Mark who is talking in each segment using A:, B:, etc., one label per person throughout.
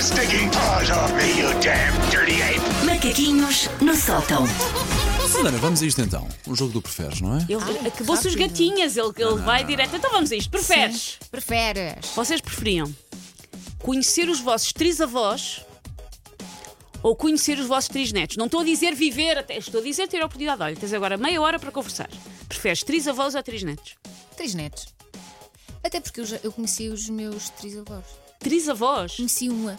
A: sticking paws off me, you damn dirty ape!
B: Macaquinhos no sótão.
C: Susana, vamos a isto então. Um jogo do preferes, não é?
D: Ele acabou-se os gatinhas, ele, ele vai direto. Então vamos a isto. Preferes?
E: Preferes?
D: Vocês preferiam conhecer os vossos trisavós ou conhecer os vossos trisnetos? Não estou a dizer viver, até estou a dizer ter a oportunidade. Olha, tens agora meia hora para conversar. Preferes trisavós ou trisnetos?
E: Três netos. Até porque eu, já, eu conheci os meus três avós.
D: Trisavós?
E: Conheci uma.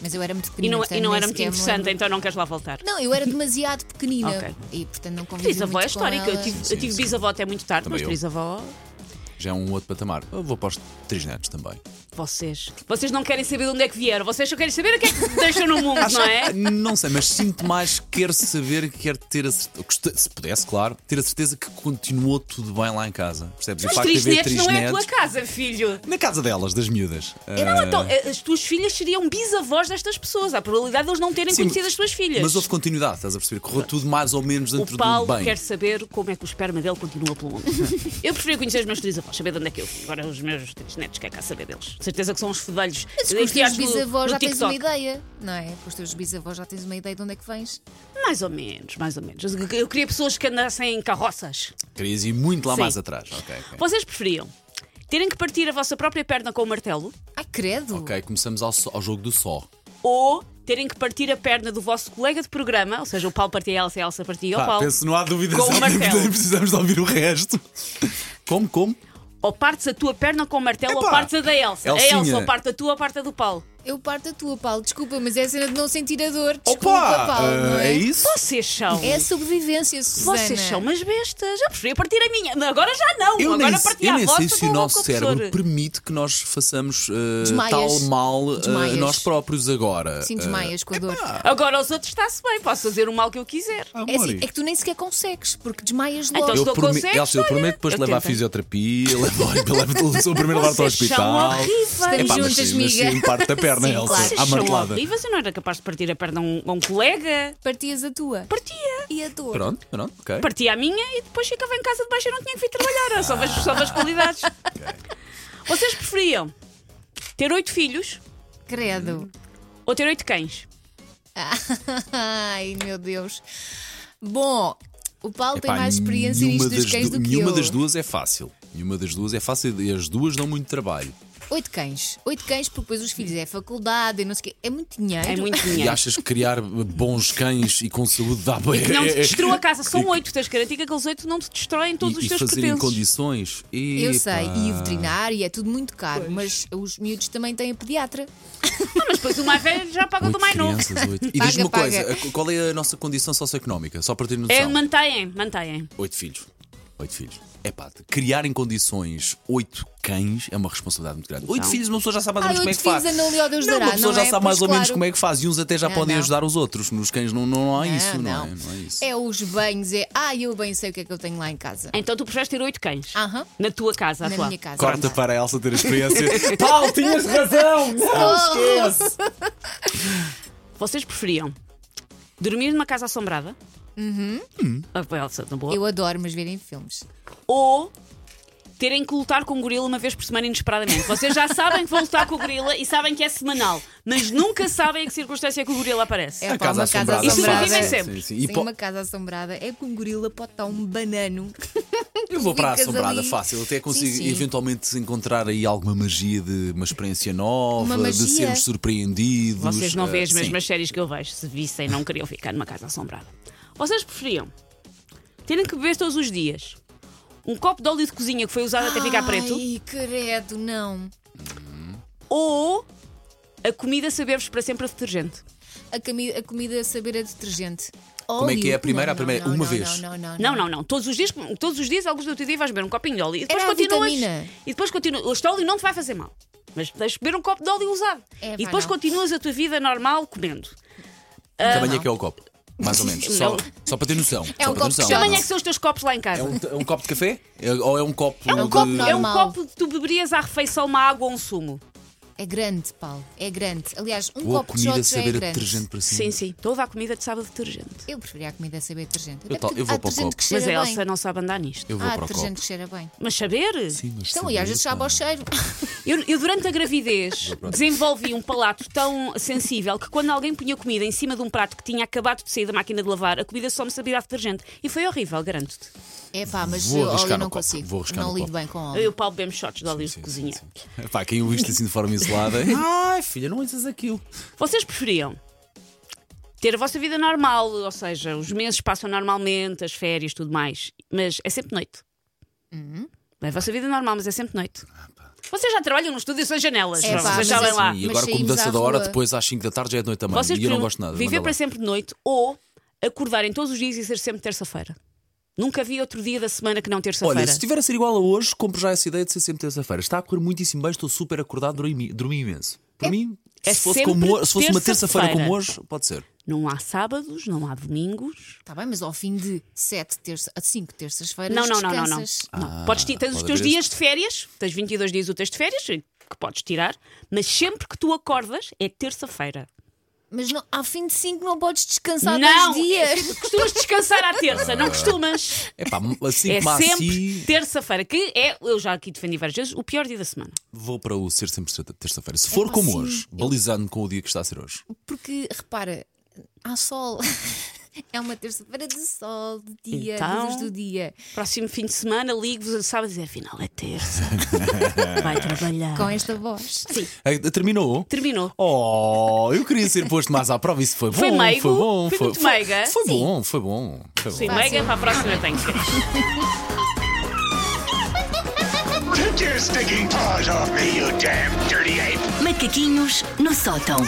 E: Mas eu era muito pequenina.
D: E não,
E: portanto,
D: e não
E: Hum, nem
D: era muito
E: sequer me
D: interessante,
E: lembro.
D: então não queres lá voltar.
E: Não, eu era demasiado pequenina.
D: Ok.
E: E portanto não convivi muito
D: Trisavó é
E: com
D: histórica. Eu
E: ela.
D: tive, eu
C: Sim,
D: tive
C: sim.
D: bisavó até muito tarde,
C: Também
D: mas
C: eu.
D: trisavó.
C: Já é um outro patamar. Eu vou para os três netos também.
D: Vocês. Vocês não querem saber de onde é que vieram, vocês só querem saber o que é que deixam no mundo, não é?
C: Ah, Não sei, mas sinto mais, quero saber, quero ter a certeza, se pudesse, claro, ter a certeza que continuou tudo bem lá em casa. Percebes?
D: Os
C: o facto de haver
D: trisnetos
C: três
D: não é a tua
C: netos-
D: casa, filho.
C: Na casa delas, das miúdas.
D: Não,
C: Ah,
D: então, eh, as tuas filhas seriam bisavós destas pessoas. Há probabilidade de eles não terem
C: sim,
D: conhecido as tuas filhas.
C: Mas houve continuidade, estás a perceber? Correu tudo mais ou menos dentro do
D: o Paulo
C: bem.
D: quer saber como é que o esperma dele continua pelo mundo. eu prefiro conhecer os meus trisavós, saber de onde é que eu fui. Agora os meus é netos quer cá saber deles. Certeza que são os fedelhos.
E: Mas com os teus
D: enfiados no-
E: bisavós
D: no
E: já tens
D: TikTok.
E: uma ideia, não é? Com os teus bisavós já tens uma ideia de onde é que vens.
D: Mais ou menos, mais ou menos. Eu queria pessoas que andassem em carroças.
C: Querias ir muito lá
D: Sim.
C: mais atrás. Ok, ok.
D: Vocês preferiam terem que partir a vossa própria perna com o martelo
E: Ai, credo!
C: Ok, começamos ao, só- ao jogo do só.
D: ou terem que partir a perna do vosso colega de programa, ou seja, o Paulo partia a Elsa e a Elsa partia ao
C: Pá,
D: Então, Paulo,
C: penso, não há dúvida
D: Com o martelo.
C: precisamos de ouvir o resto. Como, como?
D: ou partes a tua perna com o martelo
C: Epá!
D: ou partes a da Elsa?
C: Elsinha.
D: A Elsa ou parte a tua ou parte a do Paulo?
E: Eu parto a tua, Paulo, desculpa, mas é a cena de não sentir a dor. Desculpa, Paulo,
C: ah,
E: não é?
C: é isso?
D: Vocês são.
E: É a sobrevivência, Susana.
D: Vocês são umas bestas. Já preferia partir a minha. Agora já não.
C: Eu
D: Agora
C: nem,
D: partir
C: eu
D: a
C: nem
D: vossa
C: sei se
D: com
C: o nosso
D: com
C: cérebro
D: professor.
C: permite que nós façamos eh,
E: Desmaias.
C: tal mal eh, a
E: Desmaias.
C: nós próprios agora. Ah,
E: Sim, desmaias com a dor.
D: Agora aos outros está-se bem. Posso fazer o mal que eu quiser.
C: Ah,
E: É, assim, é que tu nem sequer consegues, porque desmaias
D: Então,
E: logo.
C: eu,
D: estou
C: prome-
D: com
C: Elsa, eu
D: sexo,
C: prometo depois
D: olha. Eu
C: levar à
D: tento.
C: fisioterapia, levo o primeiro levar para o
D: Vocês são
C: hospital. É
D: horríveis.
C: pá, mas,
E: Juntas,
C: sim, mas
E: miga.
C: sim, parte da perna,
E: Sim,
C: Elsa,
E: claro.
C: à
D: Vocês são
C: martelada.
D: horríveis. Eu não era capaz de partir a perna a um, a um colega.
E: Partias a tua.
D: Partia.
E: E a tua.
C: Pronto, pronto, ok.
D: Partia a minha e depois ficava em casa de baixo e não tinha que vir trabalhar. Eu só vejo, só vejo qualidades. Vocês preferiam ter oito filhos
E: Credo.
D: ou ter oito cães?
E: Ai, meu Deus. Bom, o Paulo tem
C: Epá,
E: mais experiência
C: nenhuma
E: nisto dos
C: das
E: cães
C: du-
E: do que
C: Nenhuma
E: eu.
C: das duas é fácil. Nenhuma das duas é fácil e as duas dão muito trabalho.
E: Oito cães. Oito cães, porque depois os filhos é faculdade, e não sei o quê. É muito dinheiro.
D: É muito
C: E
D: dinheiro.
C: achas que criar bons cães e com saúde dá bem?
D: Que não te
C: é- é-
D: destrua a casa. São oito. Tens garantia que aqueles oito não te destroem todos
C: e,
D: os
C: e
D: teus
C: fazer em
D: pertences.
C: condições. E,
E: Eu sei, e o veterinário, é tudo muito caro, mas os miúdos também têm a pediatra.
D: Mas depois o mais velho já paga do mais novo.
C: crianças, oito. E
E: Paga,
C: diz-me uma
E: paga.
C: coisa, a- qual é a nossa condição socioeconómica? Só para ter noção.
D: É, mantém, mantém.
C: Oito filhos. Oito filhos. É pá, de criar em condições oito cães é uma responsabilidade muito grande. Oito filhos, uma pessoa já sabe mais ou
E: Ai,
C: menos como é
E: oito
C: que faz.
E: filhos, a não lhe ó Deus dará,
C: uma pessoa
E: não
C: já
E: é?
C: sabe mais
E: Pois
C: ou menos
E: claro.
C: como é que faz e uns até já
E: Não,
C: podem
E: não.
C: ajudar os outros. Nos cães não, não, há isso, não, É, não é isso.
E: É os banhos, é. Ah, eu bem sei o que é que eu tenho lá em casa.
D: Então tu preferes ter oito cães?
E: Aham.
D: Na tua casa,
E: Ah. Na
D: atual.
E: minha casa.
C: Corta para a Elsa ter a experiência. Paulo, tinhas razão! Não, esquece!
D: Vocês preferiam dormir numa casa assombrada? Uhum. Elsa, na boa.
E: Eu adoro, mas verem filmes.
D: Ou terem que lutar com o gorila uma vez por semana inesperadamente. Vocês já sabem que vão lutar com o gorila e sabem que é semanal, mas nunca sabem a que circunstância que o gorila aparece.
E: É
C: A
E: pá, uma casa
D: E sobrevivem
E: assombrada.
D: sempre.
C: Sim, sim. E
E: Sem
C: po-
E: uma casa assombrada é que um gorila pode estar um banano.
C: Eu vou para a
E: Ficas
C: assombrada
E: ali.
C: fácil, até consigo
E: Sim, sim.
C: eventualmente encontrar aí alguma magia de uma experiência nova,
E: Uma
C: de
E: magia.
C: sermos surpreendidos.
D: Vocês não veem
C: ah,
D: as
C: sim.
D: mesmas séries que eu vejo. Se vissem, não queriam ficar numa casa assombrada. Vocês preferiam terem que beber todos os dias um copo de óleo de cozinha que foi usado até ficar preto
E: Ai, credo, não.
D: ou a comida saber-vos para sempre a detergente?
E: A, comi- a comida a saber a detergente.
C: é que é a
E: Óleo?
C: primeira?
E: Não,
C: A primeira,
E: não,
C: uma
E: não,
C: vez.
E: Não, não,
D: Não, não, não. Todos os dias, todos os dias alguns do teu dia vais beber um copinho de óleo e depois
E: Era a
D: continuas.
E: vitamina.
D: E depois continuas. Este óleo não te vai fazer mal. Mas deixas beber um copo de óleo usado.
E: É,
D: e
E: vá,
D: depois
E: não.
D: continuas a tua vida normal comendo.
C: Que tamanho é que é o copo? Mais ou menos. Só,
D: Não.
C: só para ter noção.
E: É
C: só para ter
E: um copo
C: noção.
E: que
D: Amanhã é que são os teus copos lá em casa.
C: É um, é um copo de café? É- ou é um copo.
E: um
C: de...
E: copo, não.
D: É um
E: Normal.
D: copo que tu beberias à refeição uma água ou um sumo.
E: É grande, Paulo. É grande. Aliás, um
C: Ou a
E: copo de
C: comida
E: shots já é
C: saber a
E: grande.
C: detergente para cima.
D: Sim, sim. Toda a comida te sabe a detergente.
E: Eu preferia a comida saber a detergente. Até
C: Eu tal-
E: porque
C: eu vou
E: há
C: para o copo.
E: detergente que cheira
D: Mas é, a Elsa
E: bem.
D: não sabe andar nisto.
C: Eu vou
E: Há
C: para o copo.
E: detergente que cheira bem.
D: Mas saber?
C: Sim, mas
E: Ah, Então, e às
C: saber,
E: vezes sabe
C: pá.
E: ao cheiro.
D: Eu, eu, durante a gravidez desenvolvi um palato tão sensível que quando alguém punha comida em cima de um prato que tinha acabado de sair da máquina de lavar, a comida só me sabia a detergente. E foi horrível, garanto-te.
E: É pá, mas
C: Vou
E: eu,
C: arriscar
E: olha,
C: no
E: não
C: copo.
E: consigo.
C: Vou arriscar
E: não
C: no
E: lido
C: copo.
E: bem com
D: Eu e
E: óleo.
D: o Paulo bebemos shots de óleos de
C: Sim,
D: cozinha.
C: sim, sim. Pá, quem o isto assim de forma isolada. Ai, filha, não ouças aquilo.
D: Vocês preferiam ter a vossa vida normal, ou seja, os meses passam normalmente, as férias, tudo mais, mas é sempre noite.
E: Uhum.
D: É a vossa vida normal, mas é sempre noite.
C: Ah,
D: Vocês já trabalham no estúdio sem janelas,
E: É pá,
D: vocês
E: mas
D: sabem
E: é-
C: E
D: lá.
E: Mas
C: agora, com
E: saímos
C: mudança
E: à
C: da hora,
E: rua.
C: depois às 5 da tarde já é de noite também.
D: Vocês
C: e eu não
D: podiam
C: gosto nada.
D: Viver
C: manda
D: para
C: lá.
D: sempre de noite ou acordarem todos os dias e ser sempre terça-feira. Nunca vi outro dia da semana que não terça-feira.
C: Olha, se estiver a ser igual a hoje, compro já essa ideia de ser sempre terça-feira. Está a correr muitíssimo bem, estou super acordado, dormi, dormi imenso. Para mim,
D: é
C: se fosse,
D: sempre
C: como ho- se fosse uma
D: terça-feira.
C: terça-feira como hoje, pode ser.
D: Não há sábados, não há domingos.
E: Está Tá bem, mas ao fim de 7 terça, a 5 terças-feiras
D: Não, não, não, não, não.
E: descansas.
D: Não. Podes ti- tens os
C: Ah, pode
D: teus
C: haver
D: dias de férias, tens 22 dias úteis de férias, que podes tirar, mas sempre que tu acordas é terça-feira.
E: Mas não, ao fim de 5 não podes descansar
D: Não! É,
E: dois dias.
D: Costumas descansar à terça, não costumas.
C: É pá, assim
D: É
C: Ah. como há
D: sempre
C: assim,
D: terça-feira, que é, eu já aqui defendi várias vezes, o pior dia da semana.
C: vou para o ser sempre terça-feira.
D: É
C: Se for
E: pá,
C: como
D: assim.
E: sim.
C: hoje, balizando com o dia que está a ser hoje.
E: Porque, repara, há sol. É uma terça-feira de sol, de dia,
D: Então?
E: de luz do dia.
D: Próximo fim de semana ligo-vos a sábado e dizer afinal é terça. Vai trabalhar.
E: Com esta voz.
D: Sim,
C: Eh, Terminou?
D: terminou.
C: Oh, eu queria ser posto mais à prova. Isso foi bom.
D: Foi meigo,
C: Foi bom.
D: foi muito meiga.
C: Foi bom, foi bom. Foi bom.
D: Sim, meiga, é para a próxima tenho que.
A: Take your stinking paws off me, you damn dirty ape!
B: Macaquinhos no sótão.